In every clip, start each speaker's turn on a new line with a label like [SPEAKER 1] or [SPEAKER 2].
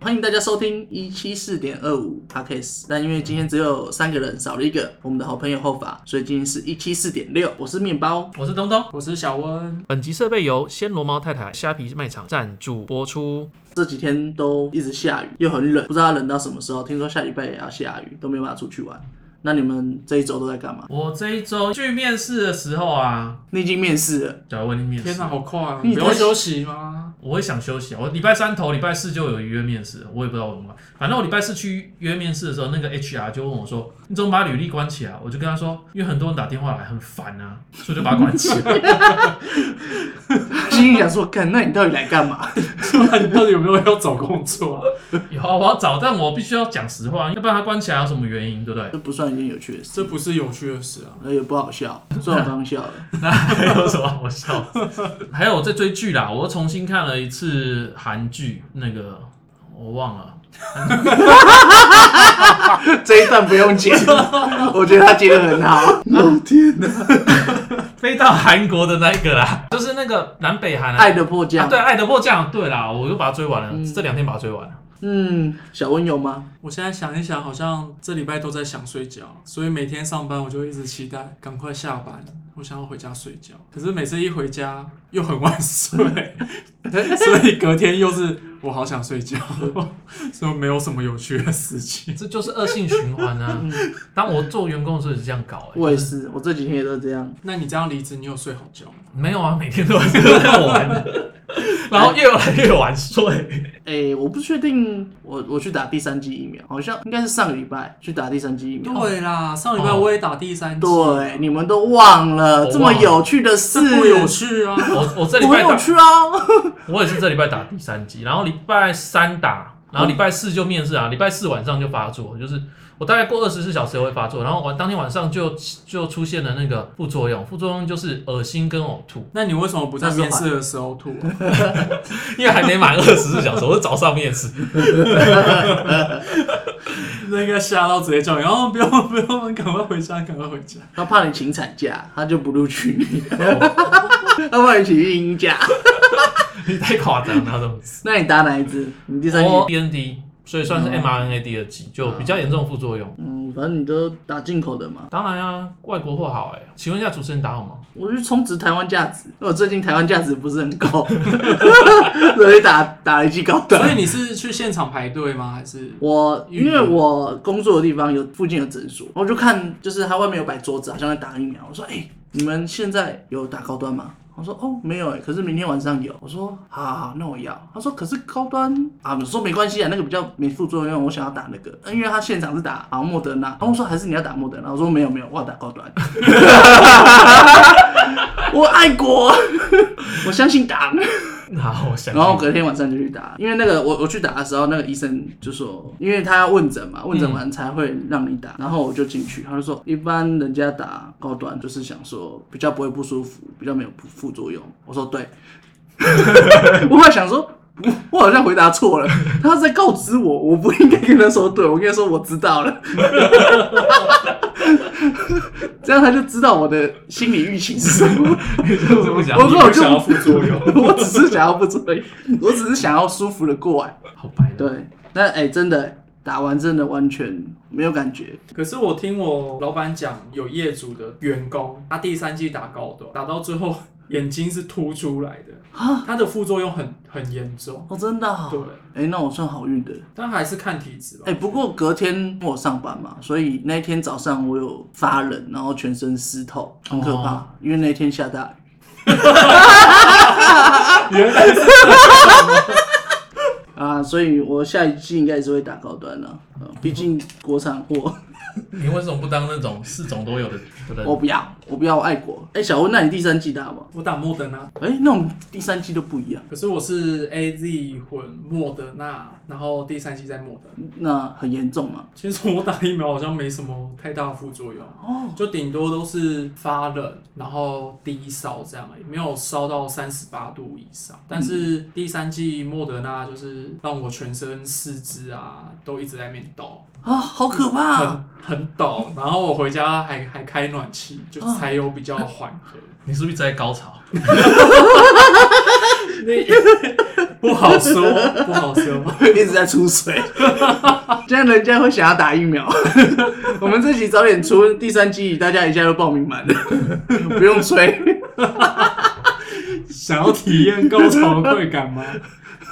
[SPEAKER 1] 欢迎大家收听一七四点二五 podcast。但因为今天只有三个人，少了一个我们的好朋友后法，所以今天是一七四点六。我是面包，
[SPEAKER 2] 我是东东，我是小温。
[SPEAKER 3] 本集设备由暹罗猫太太虾皮卖场赞助播出。
[SPEAKER 1] 这几天都一直下雨，又很冷，不知道冷到什么时候。听说下礼拜也要下雨，都没办法出去玩。那你们这一周都在干嘛？
[SPEAKER 2] 我这一周去面试的时候啊，
[SPEAKER 1] 你已经面试了，
[SPEAKER 2] 小温你面试，
[SPEAKER 4] 天哪，好快啊！
[SPEAKER 1] 你
[SPEAKER 4] 你
[SPEAKER 1] 在
[SPEAKER 4] 要休息吗？
[SPEAKER 2] 我会想休息啊。我礼拜三头，礼拜四就有约面试，我也不知道我怎么办。反正我礼拜四去约面试的时候，那个 HR 就问我说：“你怎么把履历关起来？”啊我就跟他说：“因为很多人打电话来很烦啊，所以就把它关起来。
[SPEAKER 1] 心里想说，干，那你到底来干嘛？
[SPEAKER 4] 那你到底有没有要找工作啊？
[SPEAKER 2] 有啊，我要找，但我必须要讲实话，要不然他关起来有什么原因，对不对？
[SPEAKER 1] 这不算一件有趣的事，
[SPEAKER 4] 这不是有趣的事啊！
[SPEAKER 1] 而且不好笑，虽然我刚笑了。
[SPEAKER 2] 那还有什么好笑的？还有我在追剧啦，我又重新看了一次韩剧，那个我忘了。
[SPEAKER 1] 这一段不用剪，我觉得他接的很好。老天呐，
[SPEAKER 2] 飞到韩国的那一个啦，就是那个南北韩、啊、
[SPEAKER 1] 爱的迫降。
[SPEAKER 2] 啊，对，《爱的迫降》，对啦，我又把它追完了，
[SPEAKER 1] 嗯
[SPEAKER 2] 这两天把它追完了。
[SPEAKER 1] 嗯，小温有吗？
[SPEAKER 4] 我现在想一想，好像这礼拜都在想睡觉，所以每天上班我就一直期待赶快下班，我想要回家睡觉。可是每次一回家又很晚 睡，所以隔天又是我好想睡觉，所以没有什么有趣的事情。
[SPEAKER 2] 这就是恶性循 环啊！当我做员工的时候也是这样搞、欸，
[SPEAKER 1] 嗯我也是，我这几天也都这样。
[SPEAKER 4] 那你这样离职，你有睡好觉吗？
[SPEAKER 2] 没有啊，每天都在 玩的，然后越来越晚睡。
[SPEAKER 1] 哎、我不确定，我我去打第三剂疫苗，好像应该是上个礼拜去打第三剂疫苗。哦
[SPEAKER 4] 对啦，上礼拜我也打第三剂，
[SPEAKER 1] 对，你们都忘了
[SPEAKER 2] 我忘了
[SPEAKER 1] 这么有趣的事
[SPEAKER 4] 这，不有趣 啊！
[SPEAKER 2] 我我这礼
[SPEAKER 1] 我
[SPEAKER 2] 拜
[SPEAKER 1] 很有
[SPEAKER 2] 打，
[SPEAKER 1] 趣啊。
[SPEAKER 2] 我也是这礼拜打第三集，然后礼拜三打，然后礼拜四就面试啊，礼拜四晚上就发作，就是我大概过二十四小时也会发作，然后晚当天晚上就就出现了那个副作用，副作用就是恶心跟呕吐，
[SPEAKER 4] 那你为什么不在面试的时候吐、啊？
[SPEAKER 2] 因为还没满二十四小时，我是早上面试，
[SPEAKER 4] 那应该吓到直接叫你，哦，不用不用，赶快回家，赶快回家。
[SPEAKER 1] 他怕你请产假，他就不录取你， 他怕你请育婴假。
[SPEAKER 2] 你太夸张了，这种事。
[SPEAKER 1] 那你打哪一支？你第三剂？
[SPEAKER 2] 我 BND，所以算是 mRNA 第二剂，就比较严重的副作用。
[SPEAKER 1] 嗯，反正你都打进口的嘛。
[SPEAKER 2] 当然啊，外国货好哎、请问一下主持人打好吗？
[SPEAKER 1] 我去充值台湾价值，因为我最近台湾价值不是很高， 所以打打了一剂高端。
[SPEAKER 4] 所以你是去现场排队吗？还是
[SPEAKER 1] 我
[SPEAKER 4] 预约
[SPEAKER 1] 因为我工作的地方有附近有诊所，我就看就是他外面有摆桌子，好像在打疫苗。我说：“哎、你们现在有打高端吗？”我说：“哦，没有哎、可是明天晚上有。”我说：“好好好，那我要。”他说：“可是高端啊，我说没关系啊，那个比较没副作用，我想要打那个，因为他现场是打好像莫德纳。”他们说：“还是你要打莫德纳？”我说：“没有没有，我要打高端。” 我爱国， 我相信党。
[SPEAKER 2] 好，我想
[SPEAKER 1] 然后隔天晚上就去打，因为那个我我去打的时候，那个医生就说，因为他要问诊嘛，问诊完才会让你打。然后我就进去，他就说，一般人家打高端就是想说比较不会不舒服，比较没有副副作用。我说对， 我还想说。我我好像回答错了，他在告知我，我不应该跟他说对，我跟他说我知道了，这样他就知道我的心理预期是什么。
[SPEAKER 2] 就是不想
[SPEAKER 1] 我说我就
[SPEAKER 4] 想要副作用？
[SPEAKER 1] 我只是想要不追，我只是想要舒服的过来。
[SPEAKER 2] 好白的。
[SPEAKER 1] 对，但哎、真的打完真的完全没有感觉。
[SPEAKER 4] 可是我听我老板讲，有业主的员工，他第三季打高端，打到最后眼睛是凸出来的，他的副作用很很严重。
[SPEAKER 1] 哦，真的、哦。
[SPEAKER 4] 对，
[SPEAKER 1] 哎、那我算好运的。
[SPEAKER 4] 但还是看体质吧。
[SPEAKER 1] 哎、不过隔天我上班嘛，所以那天早上我有发冷，然后全身湿透，很可怕，
[SPEAKER 2] 哦
[SPEAKER 1] 因为那天下大雨。
[SPEAKER 4] 原来是
[SPEAKER 1] 啊，所以我下一季应该也是会打高端了、呃毕竟国产货，
[SPEAKER 2] 你为什么不当那种四种都有的人？
[SPEAKER 1] 我不要，我不要，我爱国。哎、小温，那你第三季打吗？
[SPEAKER 4] 我打莫德纳，
[SPEAKER 1] 哎、那我们第三季都不一样，
[SPEAKER 4] 可是我是 A Z 混莫德纳，然后第三季在莫德纳。
[SPEAKER 1] 那很严重啊嘛。
[SPEAKER 4] 其实我打疫苗好像没什么太大的副作用。
[SPEAKER 1] 哦，
[SPEAKER 4] 就顶多都是发冷，然后低烧这样而已，没有烧到三十八度以上。但是第三季莫德纳就是让我全身四肢啊都一直在面抖，
[SPEAKER 1] 啊，好可怕、啊
[SPEAKER 4] 很很抖，然后我回家还还开暖气，就才有比较缓和。
[SPEAKER 2] 你是不是一直在高潮？
[SPEAKER 4] 那 不好说，不好说。
[SPEAKER 1] 一直在出水， 这样人家会想要打疫 苗。我们这集早点出第三季，大家一下就报名满了， 不用催。
[SPEAKER 4] 想要体验高潮的快感吗？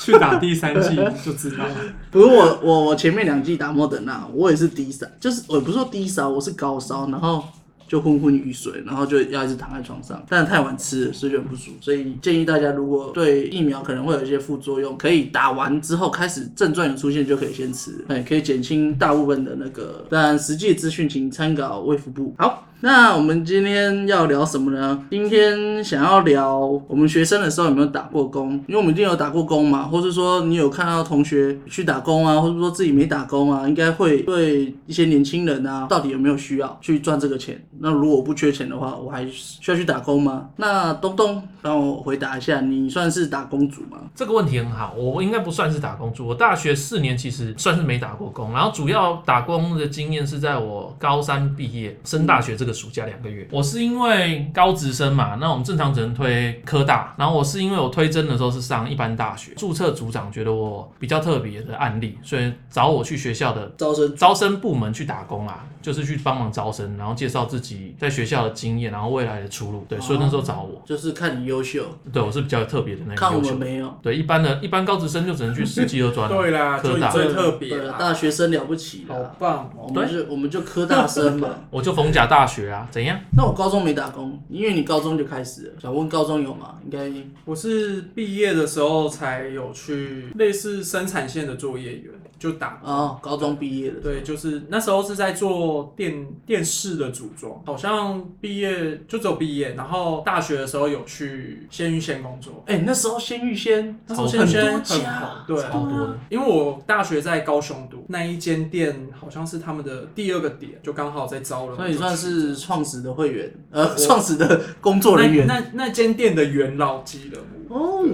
[SPEAKER 4] 去打第三季就知道了。
[SPEAKER 1] 不是我，我我前面两季打莫德纳，我也是低烧，就是我也不是说低烧，我是高烧，然后就昏昏欲睡，然后就要一直躺在床上，但是太晚吃了，所以就很不舒服。所以建议大家，如果对疫苗可能会有一些副作用，可以打完之后开始症状有出现就可以先吃，哎，可以减轻大部分的那个。但实际资讯请参考卫福部。好。那我们今天要聊什么呢？今天想要聊我们学生的时候有没有打过工？因为我们一定有打过工嘛，或是说你有看到同学去打工啊，或者说自己没打工啊，应该会对一些年轻人啊，到底有没有需要去赚这个钱？那如果我不缺钱的话，我还需要去打工吗？那东东让我回答一下，你算是打工族吗？
[SPEAKER 2] 这个问题很好，我应该不算是打工族。我大学四年其实算是没打过工，然后主要打工的经验是在我高三毕业升大学这个暑假两个月。我是因为高职生嘛，那我们正常只能推科大，然后我是因为我推甄的时候是上一般大学，注册组长觉得我比较特别的案例，所以找我去学校的
[SPEAKER 1] 招生
[SPEAKER 2] 招生部门去打工啦，就是去帮忙招生，然后介绍自己在学校的经验，然后未来的出路。对，所以那时候找我，
[SPEAKER 1] 就是看你优秀，
[SPEAKER 2] 对我是比较特别的那
[SPEAKER 1] 看
[SPEAKER 2] 个
[SPEAKER 1] 我们
[SPEAKER 2] 优秀。
[SPEAKER 1] 没有。
[SPEAKER 2] 对，一般的一般高职生就只能去实际二 专啊了。
[SPEAKER 4] 对啦，就
[SPEAKER 2] 科
[SPEAKER 4] 你
[SPEAKER 2] 大
[SPEAKER 4] 最特别
[SPEAKER 1] 对啊
[SPEAKER 4] 啦，
[SPEAKER 1] 大学生了不起
[SPEAKER 4] 好
[SPEAKER 1] 了，
[SPEAKER 4] 棒哦！
[SPEAKER 1] 我们就我们就科大生 嘛。
[SPEAKER 2] 我就逢甲大学啊，怎样？
[SPEAKER 1] 那我高中没打工，因为你高中就开始了。想问高中有吗？应该
[SPEAKER 4] 我是毕业的时候才有去类似生产线的作业员，就打
[SPEAKER 1] 哦，高中毕业的，
[SPEAKER 4] 对，就是那时候是在做电电视的组装，好像毕业就只有毕业，然后大学的时候有去鲜芋仙工作，
[SPEAKER 1] 哎、那时候鲜芋仙
[SPEAKER 4] 那时候
[SPEAKER 1] 好
[SPEAKER 4] 鲜芋仙
[SPEAKER 1] 多
[SPEAKER 4] 很
[SPEAKER 1] 家
[SPEAKER 4] 红，
[SPEAKER 1] 啊
[SPEAKER 4] 对，
[SPEAKER 2] 超多的。
[SPEAKER 4] 因为我大学在高雄读那一间店，好像是他们的第二个点，就刚好在招人，
[SPEAKER 1] 所以
[SPEAKER 4] 我就
[SPEAKER 1] 算
[SPEAKER 4] 去
[SPEAKER 1] 是创始的会员，呃，
[SPEAKER 4] 我
[SPEAKER 1] 创始的工作人员。
[SPEAKER 4] 那那那间店的元老级人物，
[SPEAKER 1] 哦，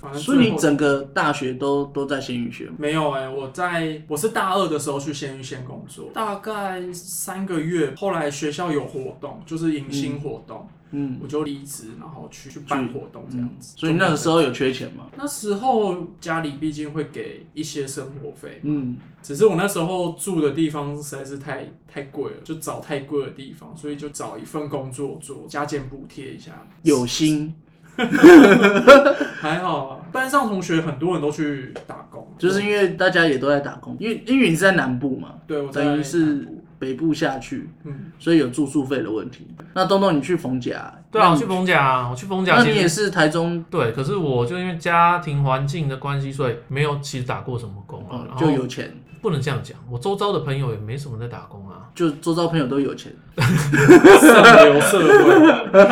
[SPEAKER 4] 反正
[SPEAKER 1] 所以
[SPEAKER 4] 最
[SPEAKER 1] 你
[SPEAKER 4] 后
[SPEAKER 1] 整个大学都都在鲜芋仙。
[SPEAKER 4] 没有哎、我在我是大二的时候去鲜芋仙工作，大概三个月，后来学校有活动，就是迎新活动，
[SPEAKER 1] 嗯，
[SPEAKER 4] 我就离职，然后去去办活动这样子。
[SPEAKER 1] 所以那个时候有缺钱吗？
[SPEAKER 4] 那时候家里毕竟会给一些生活费，
[SPEAKER 1] 嗯，
[SPEAKER 4] 只是我那时候住的地方实在是太太贵了，就找太贵的地方，所以就找一份工作做，加减补贴一下，
[SPEAKER 1] 有心，
[SPEAKER 4] 还好啊。班上同学很多人都去打工，
[SPEAKER 1] 就是因为大家也都在打工，因为因为你是在南部嘛，
[SPEAKER 4] 对我在
[SPEAKER 1] 等于
[SPEAKER 4] 南
[SPEAKER 1] 是
[SPEAKER 4] 部
[SPEAKER 1] 北部下去，
[SPEAKER 4] 嗯，
[SPEAKER 1] 所以有住宿费的问题。那东东，你去逢甲，
[SPEAKER 2] 对啊，
[SPEAKER 1] 那
[SPEAKER 2] 我
[SPEAKER 1] 你
[SPEAKER 2] 去逢甲啊，我去逢甲
[SPEAKER 1] 那
[SPEAKER 2] 其
[SPEAKER 1] 你也
[SPEAKER 2] 实
[SPEAKER 1] 是台中
[SPEAKER 2] 对，可是我就因为家庭环境的关系，所以没有其实打过什么工啊。
[SPEAKER 1] 哦
[SPEAKER 2] 然，后
[SPEAKER 1] 就有钱，
[SPEAKER 2] 不能这样讲，我周遭的朋友也没什么在打工啊。
[SPEAKER 1] 就周遭朋友都有钱，
[SPEAKER 4] 上流社会，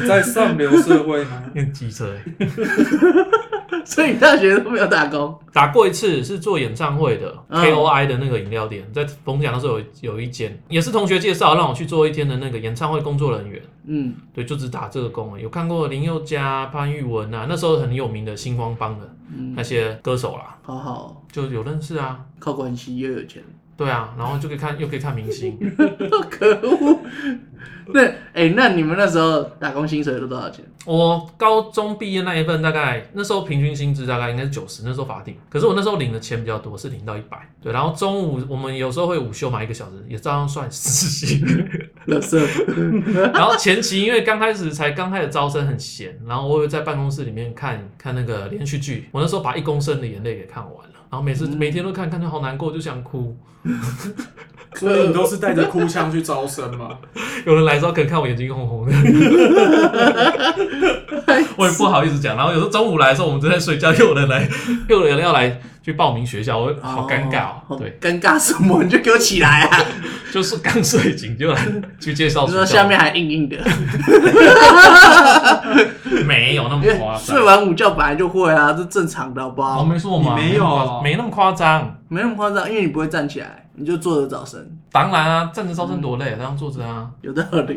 [SPEAKER 4] 你在上流社会吗？
[SPEAKER 2] 练机车欸、
[SPEAKER 1] 所以大学都没有打工。
[SPEAKER 2] 打过一次是做演唱会的、
[SPEAKER 1] 嗯
[SPEAKER 2] KOI 的那个饮料店，在逢甲那时候有有一间，也是同学介绍让我去做一天的那个演唱会工作人员。
[SPEAKER 1] 嗯，
[SPEAKER 2] 对，就只打这个工了。有看过林宥嘉、潘玉文啊，那时候很有名的星光帮的那些歌手啦，
[SPEAKER 1] 好好
[SPEAKER 2] 就有认识啊。
[SPEAKER 1] 靠关系又有钱，
[SPEAKER 2] 对啊，然后就可以看，又可以看明星。
[SPEAKER 1] 可恶。那哎、那你们那时候打工薪水都多少钱？
[SPEAKER 2] 我高中毕业那一份，大概那时候平均薪资大概应该是九十，那时候法定。可是我那时候领的钱比较多，是领到一百。对，然后中午我们有时候会午休嘛，一个小时也照样算 实习。
[SPEAKER 1] 乐色，
[SPEAKER 2] 然后前期因为刚开始才刚开始招生很闲，然后我有在办公室里面看看那个连续剧，我那时候把一公升的眼泪给看完了，然后每
[SPEAKER 1] 嗯
[SPEAKER 2] 次、每天都看，看就好难过，就想哭。
[SPEAKER 4] 所以你都是带着哭腔去招生吗？
[SPEAKER 2] 有人来的时候可能看我眼睛 红红的，我也不好意思讲。然后有时候中午来的时候，我们正在睡觉，又有 人来，又有人要来去报名学校，我好尴尬哦。
[SPEAKER 1] 好
[SPEAKER 2] 对，
[SPEAKER 1] 尴尬什么？ 你就给我起来啊！
[SPEAKER 2] 就是刚睡醒就来去介绍
[SPEAKER 1] 你
[SPEAKER 2] 学
[SPEAKER 1] 说
[SPEAKER 2] 校，
[SPEAKER 1] 下面还硬硬的，
[SPEAKER 2] 没有那么
[SPEAKER 1] 因为
[SPEAKER 2] 夸张
[SPEAKER 1] 睡。完午觉本来就会啊，这正常的好不
[SPEAKER 2] 我
[SPEAKER 1] 好？
[SPEAKER 2] 没说嘛，
[SPEAKER 4] 你没有
[SPEAKER 2] 没那么夸张。
[SPEAKER 1] 没那么夸张，因为你不会站起来，你就坐着早晨，
[SPEAKER 2] 当然啊，站着招生多累，
[SPEAKER 1] 嗯
[SPEAKER 2] 当然坐着啊。
[SPEAKER 1] 有道 理。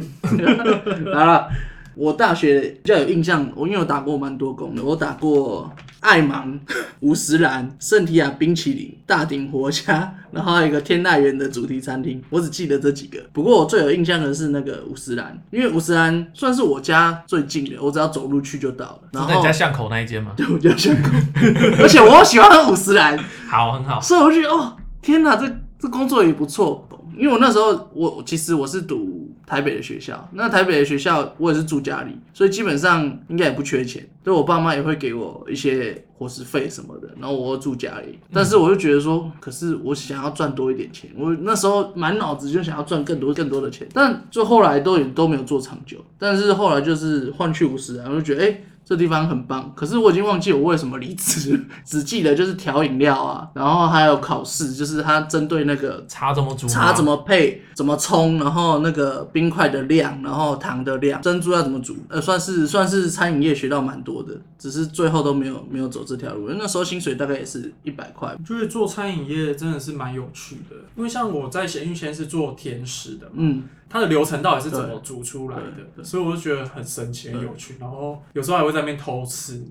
[SPEAKER 1] 好了，我大学比较有印象，我因为我打过蛮多工的，我打过爱芒、 五十岚、圣提亚冰淇淋、大鼎活虾，然后还有一个天籁园的主题餐厅，我只记得这几个。不过我最有印象的是那个五十岚，因为五十岚算是我家最近的，我只要走路去就到了。然
[SPEAKER 5] 是在你
[SPEAKER 1] 后
[SPEAKER 5] 家巷口那一间吗？
[SPEAKER 1] 对我家巷口， 而且我又喜欢喝五十岚，
[SPEAKER 5] 好，很好。
[SPEAKER 1] 所以我就觉得哦，天哪，这这工作也不错。因为我那时候我其实我是读台北的学校，那台北的学校我也是住家里，所以基本上应该也不缺钱。对我爸妈也会给我一些伙食费什么的，然后我又住家里，
[SPEAKER 5] 嗯
[SPEAKER 1] 但是我就觉得说，可是我想要赚多一点钱，我那时候满脑子就想要赚更多更多的钱，但就后来都也都没有做长久。但是后来就是换去五十然后就觉得哎。诶这地方很棒，可是我已经忘记我为什么离职了， 只记得就是调饮料啊，然后还有考试，就是他针对那个
[SPEAKER 5] 茶怎么煮？
[SPEAKER 1] 茶怎？么配、怎么冲，然后那个冰块的量，然后糖的量，珍珠要怎么煮，呃，算是算是餐饮业学到蛮多的，只是最后都没有没有走这条路。那时候薪水大概也是一百块，
[SPEAKER 4] 我觉得做餐饮业真的是蛮有趣的，因为像我在咸鱼先是做甜食的嘛，
[SPEAKER 1] 嗯，
[SPEAKER 4] 它的流程到底是怎么煮出来
[SPEAKER 1] 对
[SPEAKER 4] 的，所以我就觉得很神奇、很有趣。然后有时候还会在那边偷吃，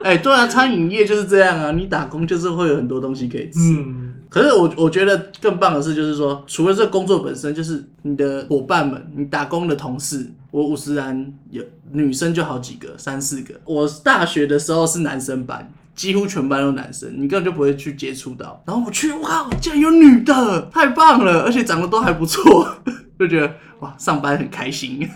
[SPEAKER 1] 哎、对啊，餐饮业就是这样啊，你打工就是会有很多东西可以吃。
[SPEAKER 4] 嗯，
[SPEAKER 1] 可是我我觉得更棒的是，就是说，除了这工作本身，就是你的伙伴们，你打工的同事，我五十人有女生就好几个，三四个。我大学的时候是男生班，几乎全班都男生，你根本就不会去接触到。然后我去，哇，竟然有女的，太棒了，而且长得都还不错，就觉得哇，上班很开心。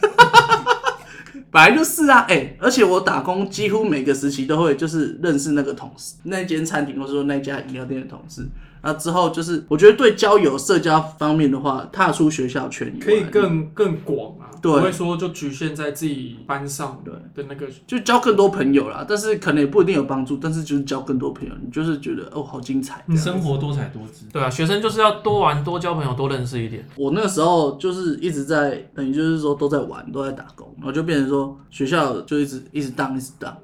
[SPEAKER 1] 本来就是啊，哎、而且我打工几乎每个时期都会就是认识那个同事，那间餐厅或者说那家饮料店的同事。那之后就是，我觉得对交友、社交方面的话，踏出学校圈以外
[SPEAKER 4] 可以更更广啊，
[SPEAKER 1] 对
[SPEAKER 4] 不会说就局限在自己班上的的那个。
[SPEAKER 1] 就交更多朋友啦，但是可能也不一定有帮助，但是就是交更多朋友，你就是觉得哦，好精彩。
[SPEAKER 6] 生活多彩多姿。
[SPEAKER 2] 对啊，学生就是要多玩、多交朋友、多认识一点。
[SPEAKER 1] 我那个时候就是一直在，等于就是说都在玩，都在打工，然后就变成说学校就一直一直当一直当，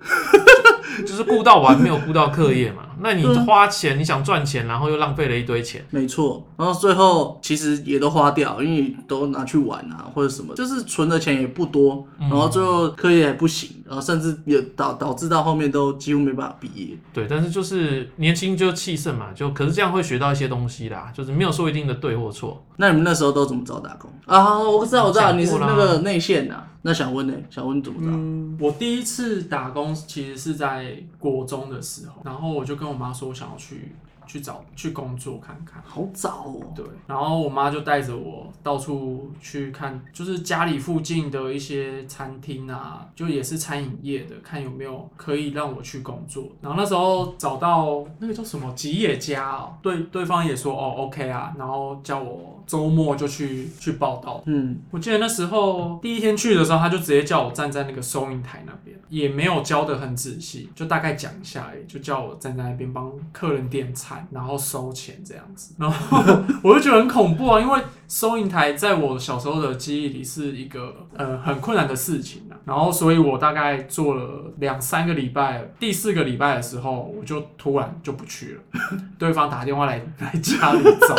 [SPEAKER 2] 就是顾到玩，没有顾到课业嘛。那你
[SPEAKER 1] 对啊
[SPEAKER 2] 花钱，你想赚钱，然后又浪费了一堆钱，
[SPEAKER 1] 没错。然后最后其实也都花掉，因为都拿去玩啊或者什么，就是存的钱也不多，
[SPEAKER 4] 嗯
[SPEAKER 1] 然后最后课业也不行，然后甚至也导导致到后面都几乎没办法毕业。
[SPEAKER 2] 对。但是就是年轻就气盛嘛，就可是这样会学到一些东西啦，就是没有说一定的对或错。
[SPEAKER 1] 那你们那时候都怎么找打工啊？我知道，我知道，
[SPEAKER 2] 讲过啦
[SPEAKER 1] 你是那个内线呐、啊。那想问呢、想问你怎么找？
[SPEAKER 4] 嗯，我第一次打工其实是在国中的时候，然后我就跟我妈说，我想要去去找去工作看看。
[SPEAKER 1] 好早哦，
[SPEAKER 4] 对，然后我妈就带着我到处去看，就是家里附近的一些餐厅啊，就也是餐饮业的，看有没有可以让我去工作。然后那时候找到那个叫什么吉野家哦，对，对方也说哦 OK 啊，然后叫我周末就去去报道。
[SPEAKER 1] 嗯，
[SPEAKER 4] 我记得那时候第一天去的时候，他就直接叫我站在那个收银台那边，也没有教的很仔细，就大概讲一下而已，就叫我站在那边帮客人点餐，然后收钱这样子。然后 我就觉得很恐怖啊，因为收银台在我小时候的记忆里是一个呃很困难的事情啊。然后，所以我大概做了两三个礼拜，第四个礼拜的时候，我就突然就不去了。 对方打电话来来家里找，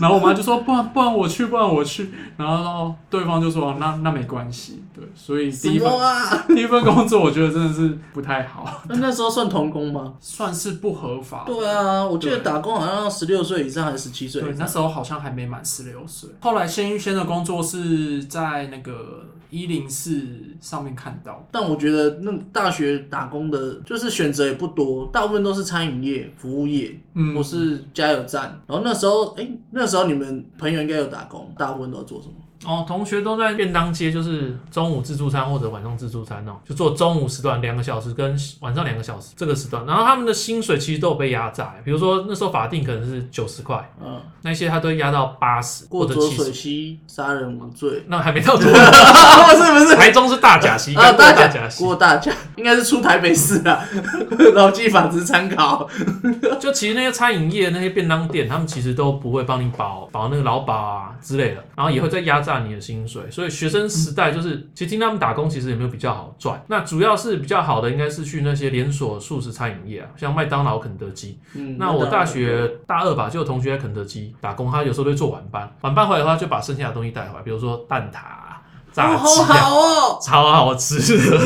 [SPEAKER 4] 然后我妈就说不然不然我去，不然我去。然后对方就说哦那那没关系，对，所以
[SPEAKER 1] 什
[SPEAKER 4] 第一
[SPEAKER 1] 么
[SPEAKER 4] 份
[SPEAKER 1] 啊？
[SPEAKER 4] 第一份工作我觉得真的是不太好，
[SPEAKER 1] 那那时候算童工吗？
[SPEAKER 4] 算是不合法。
[SPEAKER 1] 对啊，我记得
[SPEAKER 4] 对
[SPEAKER 1] 打工好像要十六岁以上还是十七岁
[SPEAKER 4] 对，
[SPEAKER 1] 以
[SPEAKER 4] 那
[SPEAKER 1] 上？
[SPEAKER 4] 时候好像还没满十六岁。后来鲜芋仙的工作是在那个一零四上面看到，
[SPEAKER 1] 但我觉得那大学打工的，就是选择也不多，大部分都是餐饮业、服务业，
[SPEAKER 4] 嗯
[SPEAKER 1] 或是加油站。然后那时候，哎、那时候你们朋友应该有打工，大部分都在做什么？
[SPEAKER 2] 哦，同学都在便当街，就是中午自助餐或者晚上自助餐哦，就做中午时段两个小时跟晚上两个小时这个时段，然后他们的薪水其实都有被压榨，比如说那时候法定可能是九十块，
[SPEAKER 1] 嗯，
[SPEAKER 2] 那些他都压到八十
[SPEAKER 1] 过
[SPEAKER 2] 或者
[SPEAKER 1] 浊
[SPEAKER 2] 七
[SPEAKER 1] 水
[SPEAKER 2] 十，
[SPEAKER 1] 溪杀人无罪，
[SPEAKER 2] 那还没到多，
[SPEAKER 1] 啊，是不是？
[SPEAKER 2] 台中是大甲溪，
[SPEAKER 1] 啊，
[SPEAKER 2] 跟过
[SPEAKER 1] 大
[SPEAKER 2] 大
[SPEAKER 1] 家
[SPEAKER 2] 甲溪，
[SPEAKER 1] 过大家 应该是出台北市啊， 劳基法只参考。
[SPEAKER 2] 就其实那些餐饮业、那些便当店，他们其实都不会帮你保保那个劳保啊之类的，然后也会再压榨你的薪水。所以学生时代就是，其实听他们打工其实也没有比较好赚。那主要是比较好的应该是去那些连锁素食餐饮业啊，像麦当劳、肯德基。
[SPEAKER 1] 嗯
[SPEAKER 2] 那我大学大二吧，就有同学在肯德基打工，他有时候会做晚班，晚班回来的话就把剩下的东西带回来，比如说蛋挞啊、
[SPEAKER 3] 炸鸡
[SPEAKER 1] 好
[SPEAKER 3] 啊，
[SPEAKER 1] 好哦，
[SPEAKER 3] 超好吃的，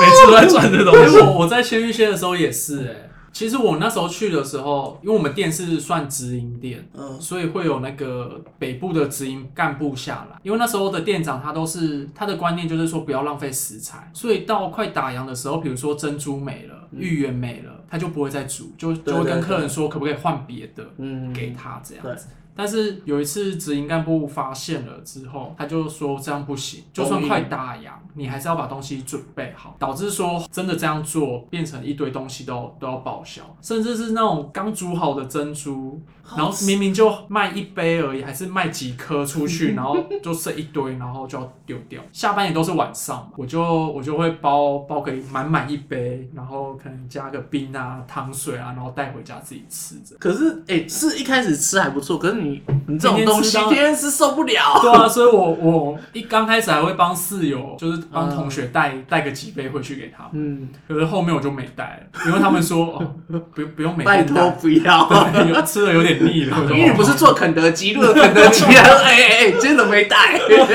[SPEAKER 3] 每次都在转这东
[SPEAKER 4] 哎、
[SPEAKER 3] 西。
[SPEAKER 4] 我我在仙玉县的时候也是哎、其实我那时候去的时候，因为我们店是算直营店，
[SPEAKER 1] 嗯
[SPEAKER 4] 所以会有那个北部的直营干部下来。因为那时候的店长他都是他的观念就是说不要浪费食材，所以到快打烊的时候，比如说珍珠没了、芋圆没了，他就不会再煮，就
[SPEAKER 1] 嗯对
[SPEAKER 4] 就会跟
[SPEAKER 1] 对
[SPEAKER 4] 客人说可不可以换别的
[SPEAKER 1] 嗯，
[SPEAKER 4] 给他这样
[SPEAKER 1] 对
[SPEAKER 4] 子。但是有一次直营干部发现了之后，他就说这样不行，就算快打烊，你还是要把东西准备好，导致说真的这样做变成一堆东西都都要报销，甚至是那种刚煮好的珍珠，然后明明就卖一杯而已，还是卖几颗出 去，然后就剩一堆，然后就要丢掉。下班也都是晚上，我就我就会包包给满满一杯，然后可能加个冰啊、糖水啊，然后带回家自己吃着。
[SPEAKER 1] 可是哎、是一开始吃还不错，可是你你这种
[SPEAKER 4] 天天
[SPEAKER 1] 东
[SPEAKER 4] 吃
[SPEAKER 1] 西
[SPEAKER 4] 到
[SPEAKER 1] 天天吃受不了。
[SPEAKER 4] 对啊，所以我我一刚开始还会帮室友，就是帮同学带带个几杯回去给他们，
[SPEAKER 1] 嗯，
[SPEAKER 4] 可是后面我就没带了，因为他们说哦，不不用每
[SPEAKER 1] 拜
[SPEAKER 4] 天
[SPEAKER 1] 托，
[SPEAKER 4] 带
[SPEAKER 1] 不要，
[SPEAKER 4] 对有吃的有点腻了，我 就
[SPEAKER 1] 因 为你不是做肯德基，如果肯德基， 他说哎哎哎，今天怎么没带？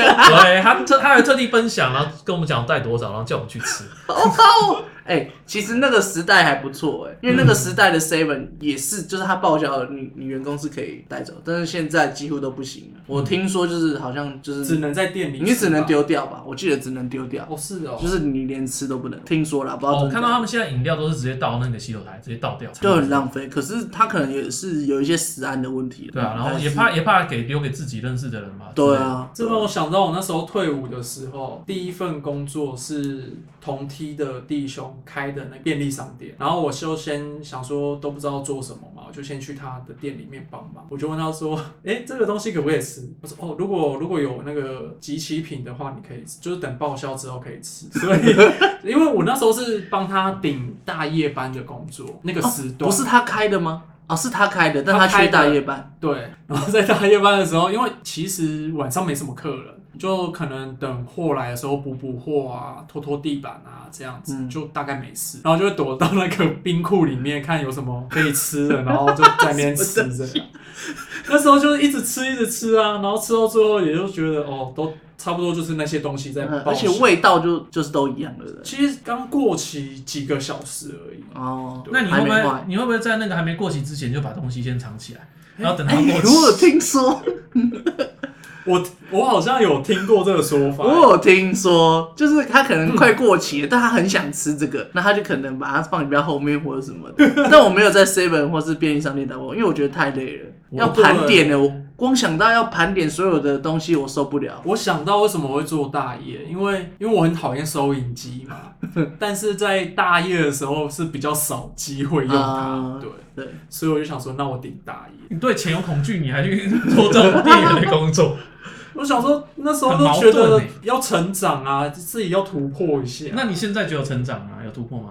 [SPEAKER 2] 对他特他还特地分享，然后跟我们讲带多少，然后叫我们去吃。
[SPEAKER 1] 哎、其实那个时代还不错哎、因为那个时代的 Seven 也是，就是他报销了，你你员工是可以带走，但是现在几乎都不行了。我听说就是好像就
[SPEAKER 4] 只
[SPEAKER 1] 是
[SPEAKER 4] 能在店里吃吧，
[SPEAKER 1] 你嗯只能丢掉吧，我记得只能丢掉，
[SPEAKER 4] 哦，是哦，
[SPEAKER 1] 就是你连吃都不能。听说啦，不知道
[SPEAKER 2] 哦，
[SPEAKER 1] 真
[SPEAKER 2] 我
[SPEAKER 1] 的
[SPEAKER 2] 看
[SPEAKER 1] 假的
[SPEAKER 2] 到他们现在饮料都是直接倒那个洗手台，直接倒掉，
[SPEAKER 1] 就很浪费。可是他可能也是有一些食安的问题啦
[SPEAKER 2] 对啊，然后也
[SPEAKER 1] 但
[SPEAKER 2] 怕
[SPEAKER 1] 嗯是
[SPEAKER 2] 也怕给留给自己认识的人嘛。
[SPEAKER 1] 对，啊，
[SPEAKER 4] 这让我想到我那时候退伍的时候，第一份工作是同梯的弟兄开的那便利商店，然后我就先想说都不知道做什么嘛，我就先去他的店里面帮忙。我就问他说：“哎、这个东西可不可以吃？”我说：“哦，如果如果有那个集齐品的话，你可以吃，就是等报销之后可以吃。”所以， 因为我那时候是帮他顶大夜班的工作，那个时段、
[SPEAKER 1] 哦不是他开的吗？哦，是他开的，但
[SPEAKER 4] 他
[SPEAKER 1] 他
[SPEAKER 4] 开
[SPEAKER 1] 缺
[SPEAKER 4] 的
[SPEAKER 1] 大夜班。
[SPEAKER 4] 对， 然后在大夜班的时候，因为其实晚上没什么客人，就可能等货来的时候补补货啊，拖拖地板啊，这样子、
[SPEAKER 1] 嗯
[SPEAKER 4] 就大概没事。然后就会躲到那个冰库里面看有什么可以吃的，然后就在 那边吃着。那时候就是一直吃一直吃啊，然后吃到最后也就觉得哦，都差不多就是那些东西在
[SPEAKER 1] 嗯
[SPEAKER 4] 报
[SPEAKER 1] 而
[SPEAKER 4] 销、
[SPEAKER 1] 且味道就就是都一样的人
[SPEAKER 4] 其实刚过期几个小时而已。
[SPEAKER 1] 哦。
[SPEAKER 2] 那哎你会
[SPEAKER 1] 还
[SPEAKER 2] 不
[SPEAKER 1] 没
[SPEAKER 2] 会
[SPEAKER 1] 坏？
[SPEAKER 2] 你会不会在那个还没过期之前就把东西先藏起来，然后等它
[SPEAKER 1] 哎、
[SPEAKER 2] 过
[SPEAKER 1] 我有
[SPEAKER 2] 期？
[SPEAKER 1] 听说，
[SPEAKER 4] 我我好像有听过这个说法，
[SPEAKER 1] 我有听说，就是他可能快过期
[SPEAKER 2] 嗯
[SPEAKER 1] 了，但他很想吃这个，那他就可能把它放比较后面或者什么的。 但我没有在 Seven 或是便利商店打过，因为我觉得太累了，要盘点的，我光想到要盘点所有的东西，我受不了。
[SPEAKER 4] 我想到为什么我会做大夜，因为因为我很讨厌收银机 嘛，但是在大夜的时候是比较少机会用它，
[SPEAKER 1] 啊
[SPEAKER 4] 对，
[SPEAKER 1] 对，
[SPEAKER 4] 所以我就想说，那我顶大夜。
[SPEAKER 2] 你对钱有恐惧，你还去做这种店员的 工作？
[SPEAKER 4] 我想说那时候
[SPEAKER 2] 很
[SPEAKER 4] 都
[SPEAKER 2] 矛
[SPEAKER 4] 觉
[SPEAKER 2] 盾
[SPEAKER 4] 得
[SPEAKER 2] 欸
[SPEAKER 4] 要成长啊，自己要突破一下。
[SPEAKER 2] 那你现在就有成长啊，有突 破吗？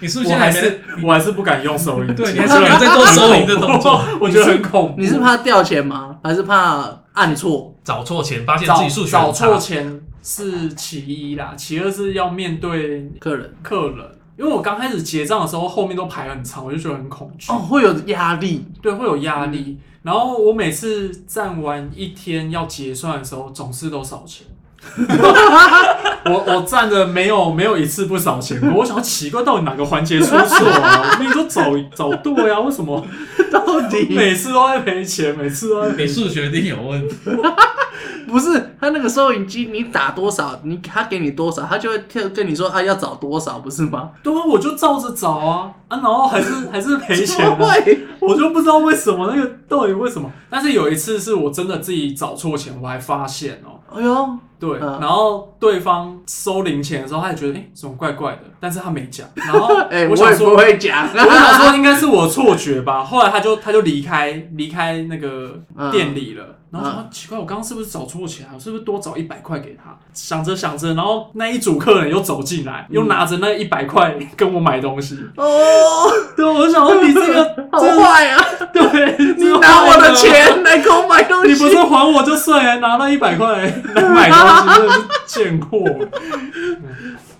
[SPEAKER 2] 你是不是
[SPEAKER 4] 我
[SPEAKER 2] 现在
[SPEAKER 4] 还
[SPEAKER 2] 没在
[SPEAKER 4] 是我还是不敢用收银机，
[SPEAKER 2] 对，你还是没有在做 收银的 动作，
[SPEAKER 4] 我觉得很恐怖。
[SPEAKER 1] 你是怕掉钱吗？还是怕按错？
[SPEAKER 2] 找错钱，发现自
[SPEAKER 4] 找
[SPEAKER 2] 己数学
[SPEAKER 4] 找
[SPEAKER 2] 很
[SPEAKER 4] 错
[SPEAKER 2] 差。
[SPEAKER 4] 钱是其一啦，其二是要面对
[SPEAKER 1] 客人
[SPEAKER 4] 客人。因为我刚开始结账的时候，后面都排很长，我就觉得很恐惧。
[SPEAKER 1] 哦，会有压力，
[SPEAKER 4] 对，会有压力。然后我每次站完一天要结算的时候，总是都少钱。 我我站着没有没有一次不少钱过，我想要奇怪到底哪个环节出错啊？我明明就走走对啊，为什么
[SPEAKER 1] 到底
[SPEAKER 4] 每次都在赔钱，每次都在
[SPEAKER 2] 你
[SPEAKER 4] 赔钱？
[SPEAKER 2] 数学一定有问 题，
[SPEAKER 1] 不是，他那个收银机，你打多少，你他给你多少，他就会跳跟你说啊要找多少，不是吗？
[SPEAKER 4] 对啊，我就照着找啊啊，然后还是还是赔钱、
[SPEAKER 1] 怎么
[SPEAKER 4] 啊，
[SPEAKER 1] 会？
[SPEAKER 4] 我就不知道为什么那个到底为什么。但是有一次是我真的自己找错钱，我还发现哦、
[SPEAKER 1] 哎呦，
[SPEAKER 4] 对，
[SPEAKER 1] 嗯
[SPEAKER 4] 然后对方收零钱的时候，他也觉得哎、诶怎么 怪怪的，但是他没讲。然后
[SPEAKER 1] 哎、
[SPEAKER 4] 我
[SPEAKER 1] 我
[SPEAKER 4] 想
[SPEAKER 1] 也
[SPEAKER 4] 说，
[SPEAKER 1] 不会讲， 啊
[SPEAKER 4] 我想说应该是我错觉吧。后来他就他就离开离开那个店里
[SPEAKER 1] 嗯
[SPEAKER 4] 了。然后我想说奇怪，我刚刚是不是找错钱啊？我是不是多找一百块给他？想着想着，然后那一组客人又走进来，
[SPEAKER 1] 嗯
[SPEAKER 4] 又拿着那一百块跟我买 东西。
[SPEAKER 1] 哦，
[SPEAKER 4] 对，我就想说你 这个
[SPEAKER 1] 好
[SPEAKER 4] 这个
[SPEAKER 1] 坏啊！
[SPEAKER 4] 对，
[SPEAKER 1] 你
[SPEAKER 4] 这个
[SPEAKER 1] 拿我
[SPEAKER 4] 坏
[SPEAKER 1] 的
[SPEAKER 4] 了
[SPEAKER 1] 钱来给我买东西，
[SPEAKER 4] 你不是还我就算了，拿那一百块来买 东西，真的是贱货。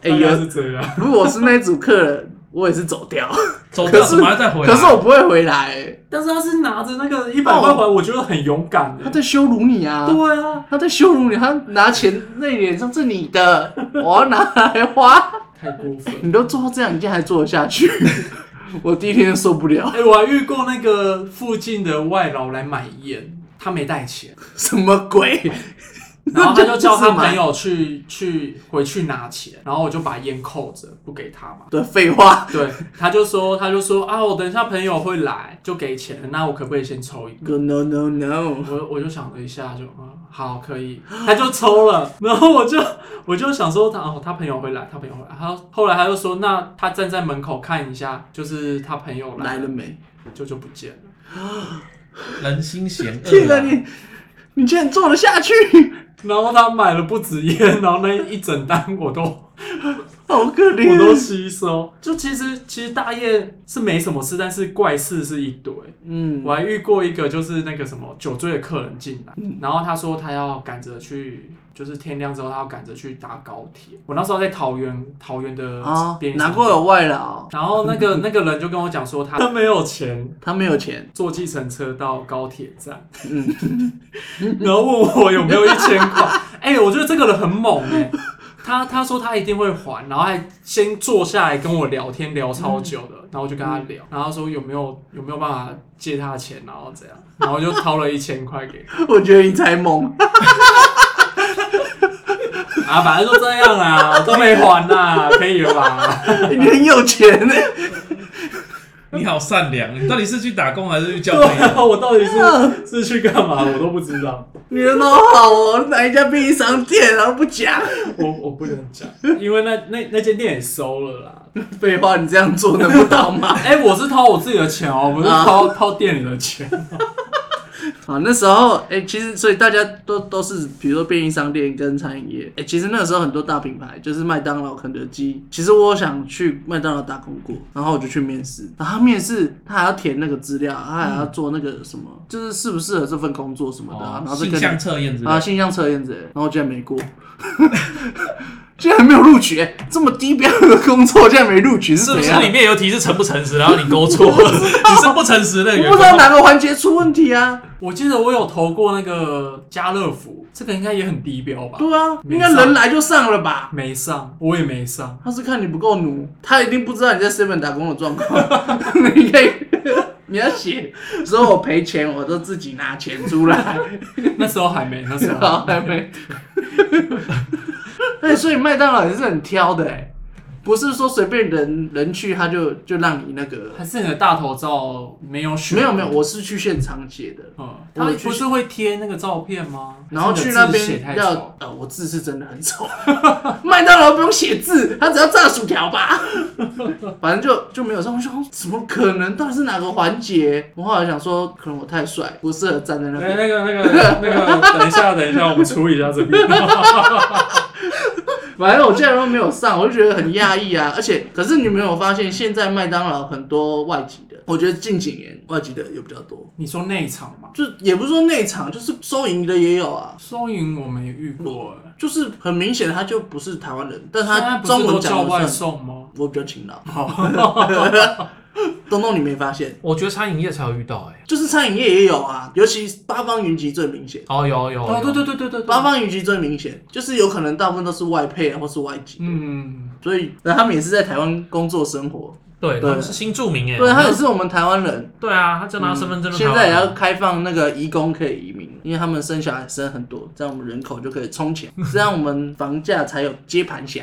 [SPEAKER 1] 哎
[SPEAKER 4] 大概
[SPEAKER 1] 有
[SPEAKER 4] 是这样。
[SPEAKER 1] 如果我是那组客人，我也是走掉，
[SPEAKER 2] 走掉
[SPEAKER 1] 可是
[SPEAKER 2] 怎么还再
[SPEAKER 4] 啊
[SPEAKER 2] 回来？
[SPEAKER 1] 可是我不会回来、欸
[SPEAKER 4] 但是他是拿着那个一百块还，我觉得很勇敢
[SPEAKER 1] 他
[SPEAKER 4] 哦的。
[SPEAKER 1] 在羞辱你啊！
[SPEAKER 4] 对啊，
[SPEAKER 1] 他在羞辱你，他拿钱那一脸上是你的， 我要拿来花。
[SPEAKER 4] 太过分。
[SPEAKER 1] 你都做到这样，你竟然还做得下去？ 我第一天就受不了
[SPEAKER 4] 哎、，我还遇过那个附近的外劳来买烟，他没带 钱，
[SPEAKER 1] 什么鬼？
[SPEAKER 4] 然后他就叫他
[SPEAKER 1] 那
[SPEAKER 4] 朋
[SPEAKER 1] 就
[SPEAKER 4] 友去去回去拿钱，然后我就把烟扣着不给他嘛。
[SPEAKER 1] 不是买的废话，
[SPEAKER 4] 对，他就说他就说啊，我等一下朋友会来，就给钱，那我可不可以先抽一个？
[SPEAKER 1] Go no no no！
[SPEAKER 4] 我我就想了一下就，嗯，好，可以，他就抽了， 然后我就我就想说他哦，他朋友会来，他朋友会来，他后来他就说，那他站在门口看一下，就是他朋友来
[SPEAKER 1] 来了没？
[SPEAKER 4] 就就不见了。
[SPEAKER 2] 人心险
[SPEAKER 1] 天哪，
[SPEAKER 2] 恶啊。
[SPEAKER 1] 你你竟然做得下去，
[SPEAKER 4] 然后他买了不止烟，然后那一整单我都我
[SPEAKER 1] 好可
[SPEAKER 4] 都
[SPEAKER 1] 怜。
[SPEAKER 4] 吸收。就其实其实大夜是没什么事，但是怪事是一堆。
[SPEAKER 1] 嗯，
[SPEAKER 4] 我还遇过一个就是那个什么酒醉的客人进来，
[SPEAKER 1] 嗯
[SPEAKER 4] 然后他说他要赶着去，就是天亮之后他要赶着去搭高铁。我那时候在桃园，桃园的
[SPEAKER 1] 啊
[SPEAKER 4] 边，
[SPEAKER 1] 难怪有外劳，
[SPEAKER 4] 然后那个那个人就跟我讲说他他没有钱
[SPEAKER 1] 他没有钱。
[SPEAKER 4] 坐计程车到高铁站，
[SPEAKER 1] 嗯，
[SPEAKER 4] 然后问我有没有一千块。 哎、我觉得这个人很猛哎、他他说他一定会还，然后还先坐下来跟我聊天聊超久的，然后我就跟他聊，然后说有没有有没有办法借他钱，然后怎样，然后就掏了一千块给他
[SPEAKER 1] 我觉得你才猛，
[SPEAKER 4] 啊，反正就这样啦，都没还啦，可以了吧？
[SPEAKER 1] 你很有钱 呢。
[SPEAKER 2] 你好善良，你到底是去打工还是去交
[SPEAKER 4] 对
[SPEAKER 2] 朋友？
[SPEAKER 4] 啊，我到底是是去干嘛，我都不知道，
[SPEAKER 1] 你人好好哦，哪一家便利商店然后不讲？
[SPEAKER 4] 我我不能讲，因为那那那间店也收了啦。
[SPEAKER 1] 废话，你这样做能不到吗？
[SPEAKER 4] 哎、我是掏我自己的钱哦，不是掏、掏店里的钱。
[SPEAKER 1] 啊，那时候，哎、其实所以大家都都是，比如说便利商店跟餐饮业，哎、其实那个时候很多大品牌，就是麦当劳、肯德基。其实我想去麦当劳打工过，然后我就去面试，然后他面试他还要填那个资料，他还
[SPEAKER 2] 嗯
[SPEAKER 1] 要做那个什么，就是适不适合这份工作什么的啊、然后再
[SPEAKER 2] 哦性
[SPEAKER 1] 跟
[SPEAKER 2] 向
[SPEAKER 1] 你
[SPEAKER 2] 测验之类
[SPEAKER 1] 啊
[SPEAKER 2] 的。
[SPEAKER 1] 性向测验之类的，然后我竟然没过。 竟然没有录取、哎这么低标的工作竟然没录取是
[SPEAKER 3] 是不
[SPEAKER 1] 怎
[SPEAKER 3] 是
[SPEAKER 1] 样？
[SPEAKER 3] 里面有题是诚不诚实，然后你勾错了， 你是不诚实的员
[SPEAKER 1] 我不知道
[SPEAKER 3] 工？
[SPEAKER 1] 哪个环节出问题啊？
[SPEAKER 4] 我记得我有投过那个家乐福，这个应该也很低标吧？
[SPEAKER 1] 对啊，
[SPEAKER 4] 没
[SPEAKER 1] 应该
[SPEAKER 4] 上
[SPEAKER 1] 人来就上了吧？
[SPEAKER 4] 没上，我也没上。
[SPEAKER 1] 他是看你不够努，他一定不知道你在 seven 打工的状况。 你可以，你要写，说我赔钱，我都自己拿钱出来，
[SPEAKER 4] 那时候还没，那时
[SPEAKER 1] 然后
[SPEAKER 4] 候
[SPEAKER 1] 还没。哎，所以麦当劳也是很挑的哎、不是说随便人人去他就就让你那个。
[SPEAKER 4] 还是你的大头照没有选。
[SPEAKER 1] 没有没有，，我是去现场写的，
[SPEAKER 4] 嗯，他不是会贴那个照片吗？
[SPEAKER 1] 然后
[SPEAKER 4] 还是
[SPEAKER 1] 去
[SPEAKER 4] 你
[SPEAKER 1] 那
[SPEAKER 4] 的字写
[SPEAKER 1] 边
[SPEAKER 4] 太
[SPEAKER 1] 要
[SPEAKER 4] 丑。
[SPEAKER 1] 呃，我字是真的很丑， 麦当劳不用写字，他只要炸薯条吧， 反正就就没有上。我想说怎么可能？到底是哪个环节？我后来想说，可能我太帅，不适合站在那
[SPEAKER 4] 哎、
[SPEAKER 1] 边。
[SPEAKER 4] 那个、那个、那个，等一下，等一下，我们处理一下这个。
[SPEAKER 1] 反正我竟然都没有上，我就觉得很讶异啊！而且，可是你有没有发现，现在麦当劳很多外籍的，我觉得近几年外籍的也比较多，
[SPEAKER 4] 你说内场吗？
[SPEAKER 1] 就也不是说内场，就是收银的也有啊。
[SPEAKER 4] 收银我们也遇过、哎
[SPEAKER 1] 就是很明显，他就不是台湾人，但
[SPEAKER 4] 现在
[SPEAKER 1] 他
[SPEAKER 4] 不是
[SPEAKER 1] 中
[SPEAKER 4] 都
[SPEAKER 1] 文讲
[SPEAKER 4] 叫
[SPEAKER 1] 的
[SPEAKER 4] 外
[SPEAKER 1] 算
[SPEAKER 4] 送吗？
[SPEAKER 1] 我比较勤劳。
[SPEAKER 4] 好，
[SPEAKER 1] 东东，你没发现？
[SPEAKER 3] 我觉得餐饮业才有遇到哎、
[SPEAKER 1] 就是餐饮业也有啊，尤其八方云集最明显。
[SPEAKER 3] 哦有有
[SPEAKER 4] 哦，对对
[SPEAKER 3] 有
[SPEAKER 4] 对对对
[SPEAKER 1] 八
[SPEAKER 4] 对，
[SPEAKER 1] 方云集最明显，就是有可能大部分都是外配啊或是外籍，
[SPEAKER 4] 嗯，
[SPEAKER 1] 所以那他们也是在台湾工作生活。
[SPEAKER 3] 对，
[SPEAKER 1] 对
[SPEAKER 3] 他们是新住民哎、
[SPEAKER 1] 对，他也是我们台湾人，
[SPEAKER 3] 对啊，他就拿身份证就台
[SPEAKER 1] 现
[SPEAKER 3] 湾
[SPEAKER 1] 在也
[SPEAKER 3] 人
[SPEAKER 1] 要开放那个移工可以移民，因为他们生小孩生很多，这样我们人口就可以 冲起来，这样我们房价才有接盘侠。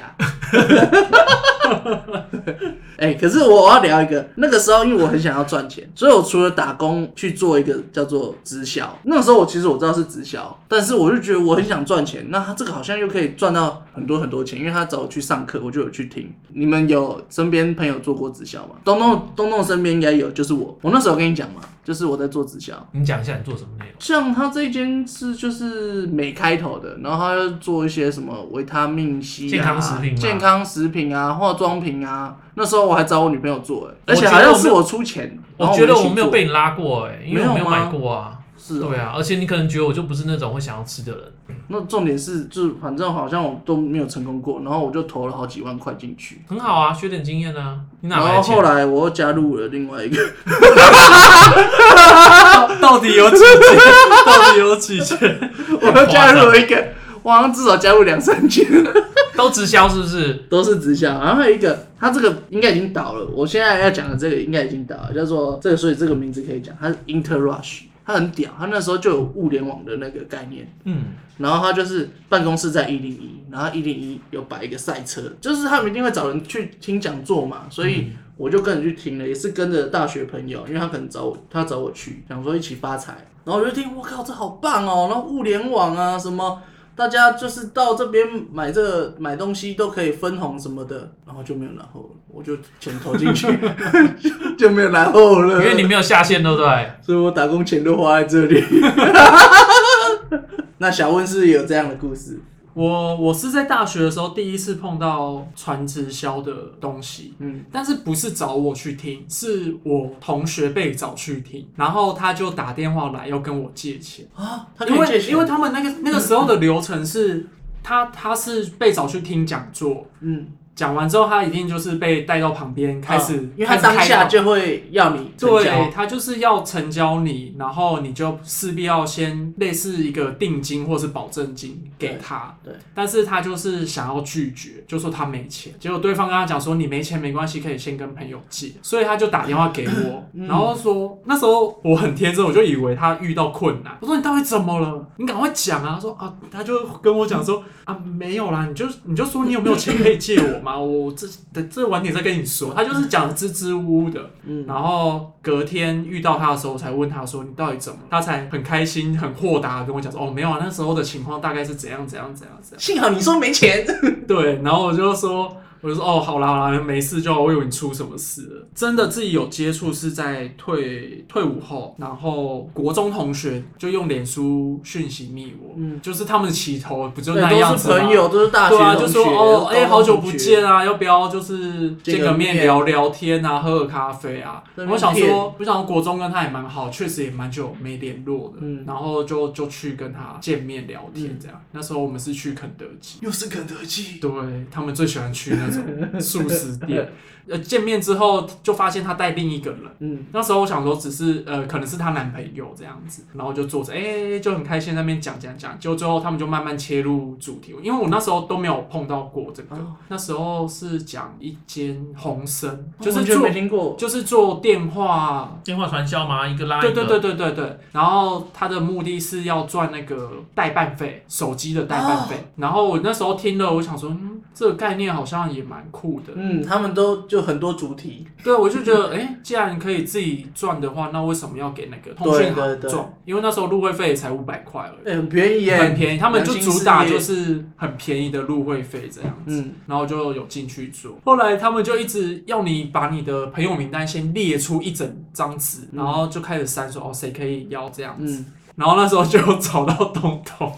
[SPEAKER 1] 哎、可是我我要聊一个，那个时候因为我很想要赚钱，所以我除了打工去做一个叫做直销。那个时候我其实我知道是直销，但是我就觉得我很想赚钱，那他这个好像又可以赚到很多很多钱，因为他找我去上课，我就有去听。你们有身边朋友做过直销吗？东东东东身边应该有，就是我。我那时候跟你讲嘛，就是我在做直销。
[SPEAKER 3] 你讲一下你做什么内容？
[SPEAKER 1] 像他这一间是就是美开头的，然后他就做一些什么维他命 C 啊、
[SPEAKER 3] 健康食品嘛
[SPEAKER 1] 健康食品啊、化妆品啊。那时候我还找我女朋友做、欸，
[SPEAKER 3] 我
[SPEAKER 1] 而且
[SPEAKER 3] 觉得
[SPEAKER 1] 好像
[SPEAKER 3] 我没
[SPEAKER 1] 是
[SPEAKER 3] 有
[SPEAKER 1] 我出钱，然
[SPEAKER 3] 我
[SPEAKER 1] 后
[SPEAKER 3] 觉得
[SPEAKER 1] 一起
[SPEAKER 3] 我没有
[SPEAKER 1] 做
[SPEAKER 3] 被你拉过哎、因为我
[SPEAKER 1] 没
[SPEAKER 3] 没
[SPEAKER 1] 有
[SPEAKER 3] 有
[SPEAKER 1] 吗
[SPEAKER 3] 买过啊。
[SPEAKER 1] 是哦
[SPEAKER 2] 对啊，而且你可能觉得我就不是那种会想要吃的人，
[SPEAKER 1] 那重点是，就是反正好像我都没有成功过，然后我就投了好几万块进去，
[SPEAKER 2] 很好啊，学点经验啊。你哪
[SPEAKER 1] 然
[SPEAKER 2] 来
[SPEAKER 1] 后
[SPEAKER 2] 的钱
[SPEAKER 1] 后？来我又加入了另外一个，
[SPEAKER 4] 到底有几 件？到底有几件？
[SPEAKER 1] 我又加入了一个，我好像至少加入两三千，
[SPEAKER 2] 都直销是不是？
[SPEAKER 1] 都是直销。然后还有一个，他这个应该已经倒了，我现在要讲的这个应该已经倒了，叫做这个，所以这个名字可以讲，它是 Interrush，它很屌，它那时候就有物联网的那个概念。
[SPEAKER 2] 嗯，
[SPEAKER 1] 然后他就是办公室在一零一，然后一零一有摆一个赛车，就是他们一定会找人去听讲座嘛，所以我就跟着去听了，也是跟着大学朋友，因为他可能找我，他找我去，想说一起发财，然后我就听，我靠，这好棒哦，然后物联网啊什么。大家就是到这边买这个买东西都可以分红什么的，然后就没有然后了，我就钱投进去 就就没有然后了，
[SPEAKER 2] 因为你没有下线，对不对？
[SPEAKER 1] 所以我打工钱都花在这 里。那小温是有这样的故事，
[SPEAKER 4] 我我是在大学的时候第一次碰到传直销的东西，
[SPEAKER 1] 嗯，
[SPEAKER 4] 但是不是找我去听，是我同学被找去听，然后他就打电话来要跟我借钱。
[SPEAKER 1] 啊，他可以
[SPEAKER 4] 因
[SPEAKER 1] 借
[SPEAKER 4] 为
[SPEAKER 1] 钱，
[SPEAKER 4] 因为他们那个那个时候的流程是，他他是被找去听讲座，
[SPEAKER 1] 嗯，
[SPEAKER 4] 讲完之后他一定就是被带到旁边开始，
[SPEAKER 1] 因为他
[SPEAKER 4] 开始开
[SPEAKER 1] 当下
[SPEAKER 4] 导
[SPEAKER 1] 就会要你成
[SPEAKER 4] 对
[SPEAKER 1] 交，
[SPEAKER 4] 他就是要成交你，然后你就势必要先类似一个定金或是保证金给他。
[SPEAKER 1] 对对
[SPEAKER 4] 但是他就是想要拒绝，就说他没钱。结果对方跟他讲说你没钱没关系，可以先跟朋友借。所以他就打电话给我，
[SPEAKER 1] 嗯
[SPEAKER 4] 然后说那时候我很天真，我就以为他遇到困难。我说你到底怎么了？你赶快讲啊！他说啊，他就跟我讲说啊没有啦，你就你就说你有没有钱可以借我嘛？ 我这等这晚点再跟你说。他就是讲的支支吾吾的。
[SPEAKER 1] 嗯，
[SPEAKER 4] 然后隔天遇到他的时候，我才问他说：“你到底怎么了？”他才很开心、很豁达地跟我讲说：“哦，没有啊，那时候的情况大概是怎样、怎样、怎样、怎
[SPEAKER 1] 幸好你说没钱，
[SPEAKER 4] 样。”对，然后我就说：“我就说哦，好啦好啦，没事就好。我以为你出什么事了。”真的自己有接触是在退退伍后，然后国中同学就用脸书讯息密我，
[SPEAKER 1] 嗯
[SPEAKER 4] 就是他们起头不就
[SPEAKER 1] 对，
[SPEAKER 4] 那样
[SPEAKER 1] 都是
[SPEAKER 4] 子吗
[SPEAKER 1] 朋友，都是大学
[SPEAKER 4] 对啊，
[SPEAKER 1] 同
[SPEAKER 4] 就
[SPEAKER 1] 学，
[SPEAKER 4] 说哦，哎、
[SPEAKER 1] 都是
[SPEAKER 4] 好久不
[SPEAKER 1] 同学
[SPEAKER 4] 见，啊，要不要就是见
[SPEAKER 1] 见个
[SPEAKER 4] 个
[SPEAKER 1] 面
[SPEAKER 4] 面聊聊天啊，喝个咖啡啊？
[SPEAKER 1] 对
[SPEAKER 4] 我想
[SPEAKER 1] 面
[SPEAKER 4] 说，我想说国中跟他也蛮好，确实也蛮久没联络的，
[SPEAKER 1] 嗯
[SPEAKER 4] 然后就就去跟他见面聊天这样。那时候我们是去肯德基，
[SPEAKER 1] 又是肯德基，
[SPEAKER 4] 对他们最喜欢去那种素食 店。呃，见面之后就发现他带另一个人。
[SPEAKER 1] 嗯，
[SPEAKER 4] 那时候我想说，只是呃，可能是她男朋友这样子，然后就坐着，哎、就很开心在那边讲讲讲，就最后他们就慢慢切入主题，因为我那时候都没有碰到过这个，
[SPEAKER 1] 哦
[SPEAKER 4] 那时候是讲一间红参，
[SPEAKER 1] 就
[SPEAKER 4] 就是是
[SPEAKER 1] 就
[SPEAKER 4] 做
[SPEAKER 1] 没听过，
[SPEAKER 4] 就是做电话
[SPEAKER 2] 电话传销嘛，一个拉一
[SPEAKER 4] 对
[SPEAKER 2] 个。
[SPEAKER 4] 对对对对对，然后他的目的是要赚那个代办费，手机的代办
[SPEAKER 1] 哦
[SPEAKER 4] 费。然后我那时候听了，我想说，嗯，这个概念好像也蛮酷的。
[SPEAKER 1] 嗯，他们都就很多主题，
[SPEAKER 4] 对，我就 觉得，哎、既然可以自己赚的话，那为什么要给那个通
[SPEAKER 1] 对
[SPEAKER 4] 讯
[SPEAKER 1] 对
[SPEAKER 4] 行
[SPEAKER 1] 对
[SPEAKER 4] 赚？因为那时候入会费也才五百块而已。
[SPEAKER 1] 哎，很便宜
[SPEAKER 4] 很
[SPEAKER 1] 耶，
[SPEAKER 4] 便宜，他们就
[SPEAKER 1] 良心
[SPEAKER 4] 主
[SPEAKER 1] 事
[SPEAKER 4] 打
[SPEAKER 1] 业
[SPEAKER 4] 就是很便宜的入会费这样子，
[SPEAKER 1] 嗯
[SPEAKER 4] 然后就有进去做。后来他们就一直要你把你的朋友名单先列出一整张纸，
[SPEAKER 1] 嗯
[SPEAKER 4] 然后就开始删说哦谁可以邀这样子，
[SPEAKER 1] 嗯，
[SPEAKER 4] 然后那时候就找到东东，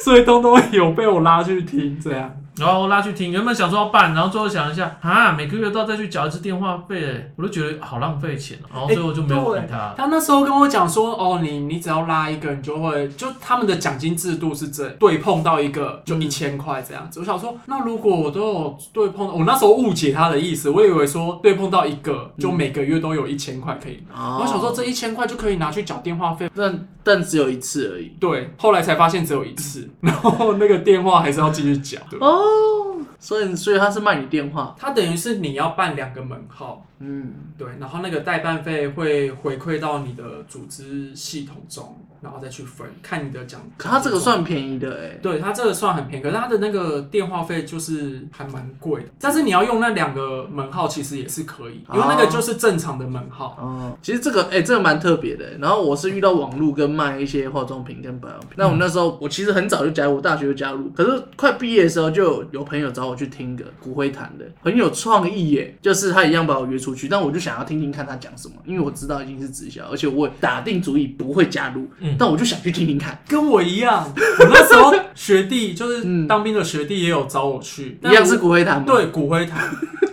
[SPEAKER 4] 所以东东有被我拉去听这样。
[SPEAKER 2] 然后拉去听，原本想说要办，然后最后想一下，啊，每个月都要再去缴一次电话费，哎我就觉得好浪费钱哦，然后最后就没有理他。
[SPEAKER 4] 他那时候跟我讲说，哦，你你只要拉一个，你就会就他们的奖金制度是这对碰到一个就一千块这样子。我想说，那如果我都有对碰，我那时候误解他的意思，我以为说对碰到一个就每个月都有一千块可以拿。
[SPEAKER 1] 我
[SPEAKER 4] 我想说这一千块就可以拿去缴电话费，
[SPEAKER 1] 但但只有一次而已，
[SPEAKER 4] 对，后来才发现只有一次，然后那个电话还是要继续缴。对
[SPEAKER 1] 哦，所以所以他是卖你电话，
[SPEAKER 4] 它等于是你要办两个门号，
[SPEAKER 1] 嗯，
[SPEAKER 4] 对，然后那个代办费会回馈到你的组织系统中，然后再去分，看你的奖。
[SPEAKER 1] 可他这个算便宜的哎，
[SPEAKER 4] 对，它这个算很便宜，可是它的那个电话费就是还蛮贵
[SPEAKER 1] 嗯
[SPEAKER 4] 的。但是你要用那两个门号，其实也是可以，
[SPEAKER 1] 啊
[SPEAKER 4] 因为那个就是正常的门号。
[SPEAKER 1] 哦，其实这个哎、这个蛮特别的欸。然后我是遇到网络跟卖一些化妆品跟保养
[SPEAKER 4] 嗯
[SPEAKER 1] 品。那我那时候我其实很早就加入，我大学就加入，可是快毕业的时候就有有朋友找我去听个骨灰坛的，很有创意耶。就是他一样把我约出去，但我就想要听听看他讲什么，因为我知道已经是直销，而且我也打定主意不会加入，
[SPEAKER 2] 嗯
[SPEAKER 1] 但我就想去听听看，
[SPEAKER 4] 跟我一样，我那时候学弟就
[SPEAKER 1] 嗯
[SPEAKER 4] 是当兵的学弟也有找我去，
[SPEAKER 1] 一样是
[SPEAKER 4] 但我
[SPEAKER 1] 骨灰坛吗？
[SPEAKER 4] 对骨灰坛，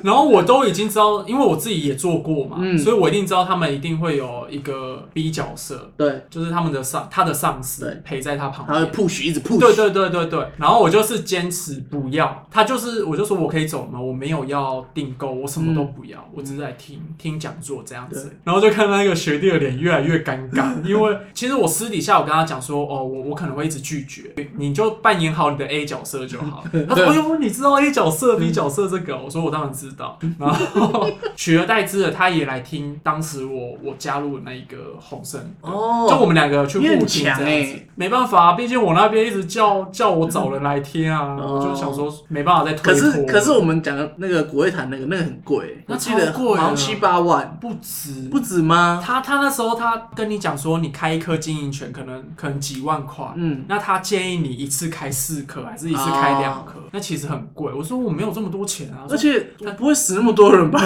[SPEAKER 4] 然后我都已经知道，因为我自己也做过嘛，
[SPEAKER 1] 嗯
[SPEAKER 4] 所以我一定知道他们一定会有一个 B 角色，
[SPEAKER 1] 对，
[SPEAKER 4] 就是他们的上他的上
[SPEAKER 1] 对
[SPEAKER 4] 司陪在他旁
[SPEAKER 1] 他会
[SPEAKER 4] 边。
[SPEAKER 1] push 一直 push，
[SPEAKER 4] 对对对对对，然后我就是坚持不要，他就是我就说我可以走嘛，我没有要订购，我什么都不要，我只是来听听讲座这样子
[SPEAKER 1] 嗯对。
[SPEAKER 4] 然后就看到那个学弟的脸越来越尴尬，因为其实我私底下我跟他讲说，哦，我我可能会一直拒绝，你就扮演好你的 A 角色 就好。他说，哎呦，你知道 A 角
[SPEAKER 1] 嗯
[SPEAKER 4] 色、B 角色这个？哦我说我当然知道。然后 取而代之的，他也来听当时我我加入的那一个红声
[SPEAKER 1] 哦
[SPEAKER 4] 就我们两个去
[SPEAKER 1] 你很
[SPEAKER 4] 互听这样
[SPEAKER 1] 强
[SPEAKER 4] 子，
[SPEAKER 1] 欸
[SPEAKER 4] 没办法、啊，毕竟我那边一直叫叫我找人来听啊，
[SPEAKER 1] 哦
[SPEAKER 4] 我就想说没办法再推
[SPEAKER 1] 可
[SPEAKER 4] 脱。
[SPEAKER 1] 是可是我们讲的那个国会谈那个那个很贵，
[SPEAKER 4] 那
[SPEAKER 1] 我记得
[SPEAKER 4] 超贵啊
[SPEAKER 1] 好像
[SPEAKER 4] 的
[SPEAKER 1] 七八万，
[SPEAKER 4] 不止，
[SPEAKER 1] 不止吗？
[SPEAKER 4] 他他那时候他跟你讲说，你开一颗经营权可能可能几万块，
[SPEAKER 1] 嗯，
[SPEAKER 4] 那他建议你一次开四颗，还是一次开两颗？那其实很贵。我说我没有这么多钱啊，
[SPEAKER 1] 哦而且不会死那么多人吧？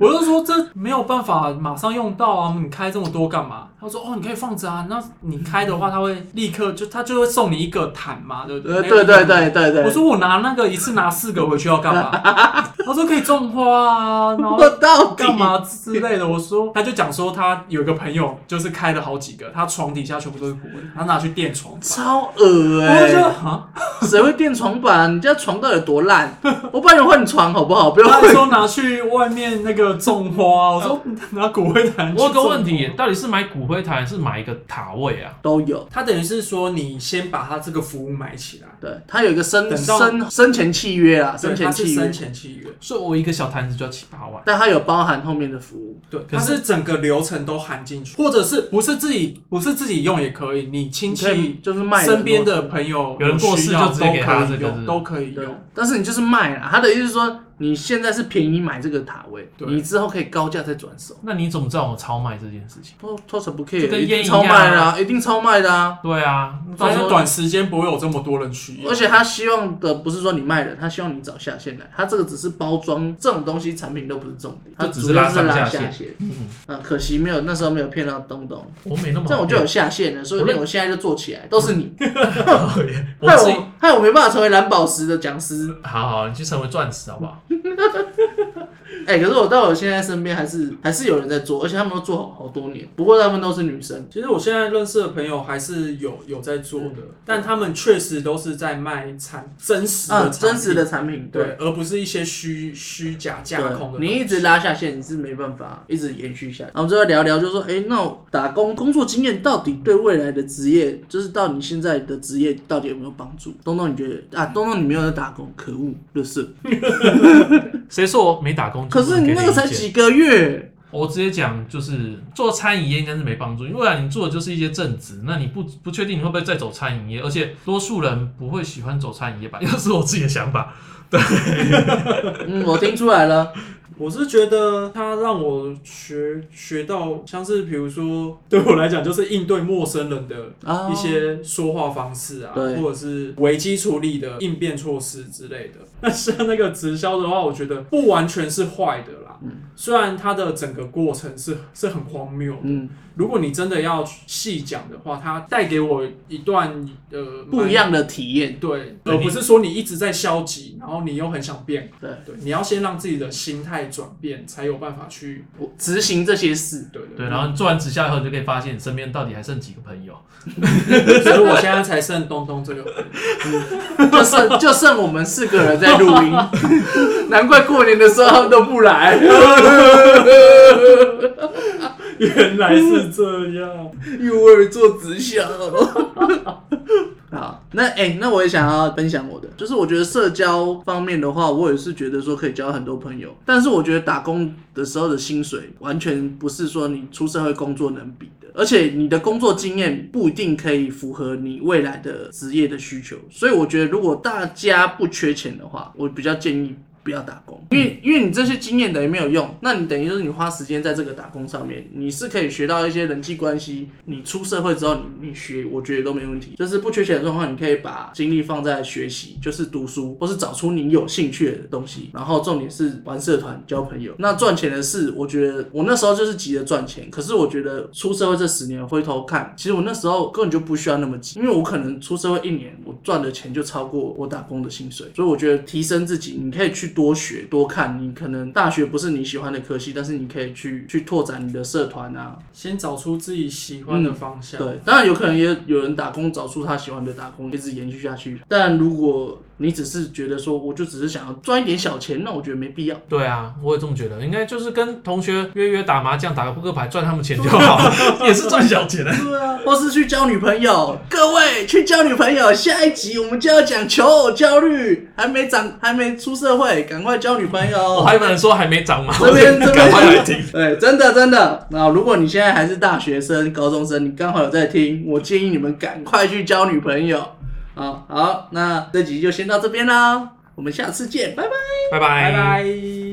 [SPEAKER 4] 我就说这没有办法马上用到啊，你开这么多干嘛？他说哦，你可以放着啊，那你开的话，他会立刻就他就会送你一个毯嘛，对不对？
[SPEAKER 1] 呃，对对对对对，
[SPEAKER 4] 我说我拿那个一次拿四个回去要干嘛？ 他说可以种花啊，然后
[SPEAKER 1] 我到底
[SPEAKER 4] 干？嘛之类的。我说他就讲说他有一个朋友就是开了好几个，他床底下全部都是骨灰，他拿去垫床板。
[SPEAKER 1] 超恶
[SPEAKER 4] 我就觉得
[SPEAKER 1] 哎！
[SPEAKER 4] 啊，
[SPEAKER 1] 谁会垫床板？你家床到底有多烂？ 我帮你换床好不好？不要
[SPEAKER 4] 他
[SPEAKER 1] 换
[SPEAKER 4] 还说拿去外面那个种花，我说嗯拿骨灰坛。
[SPEAKER 2] 我有个问题，，到底是买骨灰坛还是买一个塔位啊？
[SPEAKER 1] 都有。
[SPEAKER 4] 他等于是说你先把他这个服务买起来，
[SPEAKER 1] 对，它有一个生
[SPEAKER 4] 等到
[SPEAKER 1] 生生前契约啊，生
[SPEAKER 4] 对
[SPEAKER 1] 前
[SPEAKER 4] 它是
[SPEAKER 1] 契约
[SPEAKER 4] 生，前契约，
[SPEAKER 2] 所以我一个小坛子就要七八万。
[SPEAKER 1] 但它有包含后面的服务。
[SPEAKER 4] 对，
[SPEAKER 2] 可
[SPEAKER 4] 它
[SPEAKER 2] 是
[SPEAKER 4] 是整个流程都含进去，或者是不是自己不是自己用也可以，你亲
[SPEAKER 1] 你可以
[SPEAKER 4] 戚
[SPEAKER 1] 就是卖人
[SPEAKER 4] 身边的朋友
[SPEAKER 2] 有人过世
[SPEAKER 4] 需要
[SPEAKER 2] 就直接给他这个
[SPEAKER 4] 都可以
[SPEAKER 2] 是
[SPEAKER 4] 用，都可以
[SPEAKER 1] 对
[SPEAKER 4] 用。，
[SPEAKER 1] 但是你就是卖啦。他的意思是说，你现在是便宜买这个塔位，
[SPEAKER 4] 对
[SPEAKER 1] 你之后可以高价再转手。
[SPEAKER 2] 那你怎么知道我超卖这件事情？
[SPEAKER 1] 托托什不
[SPEAKER 2] 就
[SPEAKER 1] care，
[SPEAKER 2] 跟
[SPEAKER 1] 一定
[SPEAKER 2] 烟一
[SPEAKER 1] 超
[SPEAKER 2] 样啊
[SPEAKER 1] 卖的啊，一定超卖的啊。
[SPEAKER 2] 对啊，
[SPEAKER 1] 到
[SPEAKER 4] 反
[SPEAKER 1] 时候
[SPEAKER 4] 正短时间不会有这么多人需要
[SPEAKER 1] 而。且他希望的不是说你卖了，他希望你找下线来。他这个只是包装，这种东西产品都不是重点，他
[SPEAKER 2] 就只
[SPEAKER 1] 主
[SPEAKER 2] 是
[SPEAKER 1] 要
[SPEAKER 2] 拉
[SPEAKER 1] 是
[SPEAKER 2] 上
[SPEAKER 1] 拉
[SPEAKER 2] 下
[SPEAKER 1] 下
[SPEAKER 2] 线嗯
[SPEAKER 1] 线。啊，可惜没有那时候没有骗到东东，
[SPEAKER 2] 我没那么
[SPEAKER 1] 这样
[SPEAKER 2] 好
[SPEAKER 1] 我就
[SPEAKER 2] 骗，
[SPEAKER 1] 有下线了，所以
[SPEAKER 2] 我认
[SPEAKER 1] 我现在就做起来，都是你，
[SPEAKER 2] 我
[SPEAKER 1] 害
[SPEAKER 2] 自己
[SPEAKER 1] 我害我没办法成为蓝宝石的讲师。
[SPEAKER 2] 好好，你去成为钻石好不好？
[SPEAKER 1] 哎、可是我到我现在身边还是还是有人在做，而且他们都做好好多年，不过他们都是女生。
[SPEAKER 4] 其实我现在认识的朋友还是有有在做的，但他们确实都是在卖产真实的
[SPEAKER 1] 啊，
[SPEAKER 4] 产品
[SPEAKER 1] 真实的产品，
[SPEAKER 4] 对，而不是一些虚虚假架
[SPEAKER 1] 对
[SPEAKER 4] 空的东西。
[SPEAKER 1] 你一直拉下线，你是没办法一直延续下去。然后我们就要聊聊，就说，哎、那我打工工作经验到底对未来的职业，就是到你现在的职业到底有没有帮助？东东，你觉得
[SPEAKER 4] 嗯
[SPEAKER 1] 啊？东东，你没有在打工，可恶，就是。
[SPEAKER 2] 谁说我没打工？
[SPEAKER 1] 可是
[SPEAKER 2] 就
[SPEAKER 1] 你
[SPEAKER 2] 给
[SPEAKER 1] 那个
[SPEAKER 2] 意
[SPEAKER 1] 才
[SPEAKER 2] 见
[SPEAKER 1] 几个月，
[SPEAKER 2] 我直接讲，就是做餐饮业应该是没帮助，因为啊，你做的就是一些正职，那你不不确定你会不会再走餐饮业，而且多数人不会喜欢走餐饮业 吧？又是我自己的想法。
[SPEAKER 1] 嗯，我听出来 了，
[SPEAKER 4] 我是觉得它让我学学到，像是比如说，对我来讲就是应对陌生人的
[SPEAKER 1] 啊
[SPEAKER 4] 一些说话方式啊，
[SPEAKER 1] 对
[SPEAKER 4] 或者是危机处理的应变措施之类的。 那像那个直销的话，我觉得不完全是坏的啦，
[SPEAKER 1] 嗯
[SPEAKER 4] 虽然它的整个过程是是很荒谬的。
[SPEAKER 1] 嗯，
[SPEAKER 4] 如果你真的要细讲的话，它带给我一段呃
[SPEAKER 1] 不一。样的体验，
[SPEAKER 4] 蛮对，
[SPEAKER 2] 对
[SPEAKER 4] 而不是说你一直在消极，然后你又很想变好
[SPEAKER 1] 对，
[SPEAKER 4] 对，你要先让自己的心态转变，才有办法去
[SPEAKER 1] 我执行这些事，
[SPEAKER 4] 对对
[SPEAKER 2] 对，然后你做完直销以后，你就可以发现你身边到底还剩几个朋友。
[SPEAKER 4] 对，所以我现在才剩东东这个，
[SPEAKER 1] 就剩就剩我们四个人在录 音，难怪过年的时候他们都不来。
[SPEAKER 4] 原来是这样。
[SPEAKER 1] 因为我也做直销。好，那哎、欸那我也想要分享我的，就是我觉得社交方面的话，我也是觉得说可以交很多朋友，但是我觉得打工的时候的薪水完全不是说你出社会工作能比的，而且你的工作经验不一定可以符合你未来的职业的需求，所以我觉得如果大家不缺钱的话，我比较建议不要打工，因为因为你这些经验等于没有用，那你等于就是你花时间在这个打工上面，你是可以学到一些人际关系。你出社会之后你，你学我觉得都没问题。就是不缺钱的状况，你可以把精力放在学习，就是读书，或是找出你有兴趣的东西。然后重点是玩社团、交朋友。那赚钱的事，我觉得我那时候就是急着赚钱，可是我觉得出社会这十年回头看，其实我那时候根本就不需要那么急，因为我可能出社会一年，我赚的钱就超过我打工的薪水，所以我觉得提升自己，你可以去多学多看，你可能大学不是你喜欢的科系，但是你可以去去拓展你的社团啊。
[SPEAKER 4] 先找出自己喜欢的
[SPEAKER 1] 嗯
[SPEAKER 4] 方向。
[SPEAKER 1] 对，当然有可能也有人打工找出他喜欢的打工，一直延续下去。但如果你只是觉得说，我就只是想要赚一点小钱，那我觉得没必要。
[SPEAKER 2] 对啊，我也这么觉得，应该就是跟同学约约打麻将、打个扑克牌赚他们钱就好， 也是赚小钱的。
[SPEAKER 1] 对啊，或是去交女朋友。各位去交女朋友，下一集我们就要讲求偶焦虑，还没长，还没出社会，赶快交女朋
[SPEAKER 2] 我
[SPEAKER 1] 友。
[SPEAKER 2] 哦还有人说还没涨 嘛，
[SPEAKER 1] 这边这
[SPEAKER 2] 赶快来
[SPEAKER 1] 边，
[SPEAKER 2] 听。
[SPEAKER 1] 对，真的真的。那如果你现在还是大学生、高中生，你刚好有在听，我建议你们赶快去交女朋友。啊好好，那这集就先到这边啦，我们下次见，拜拜。
[SPEAKER 2] 拜拜
[SPEAKER 4] 拜拜。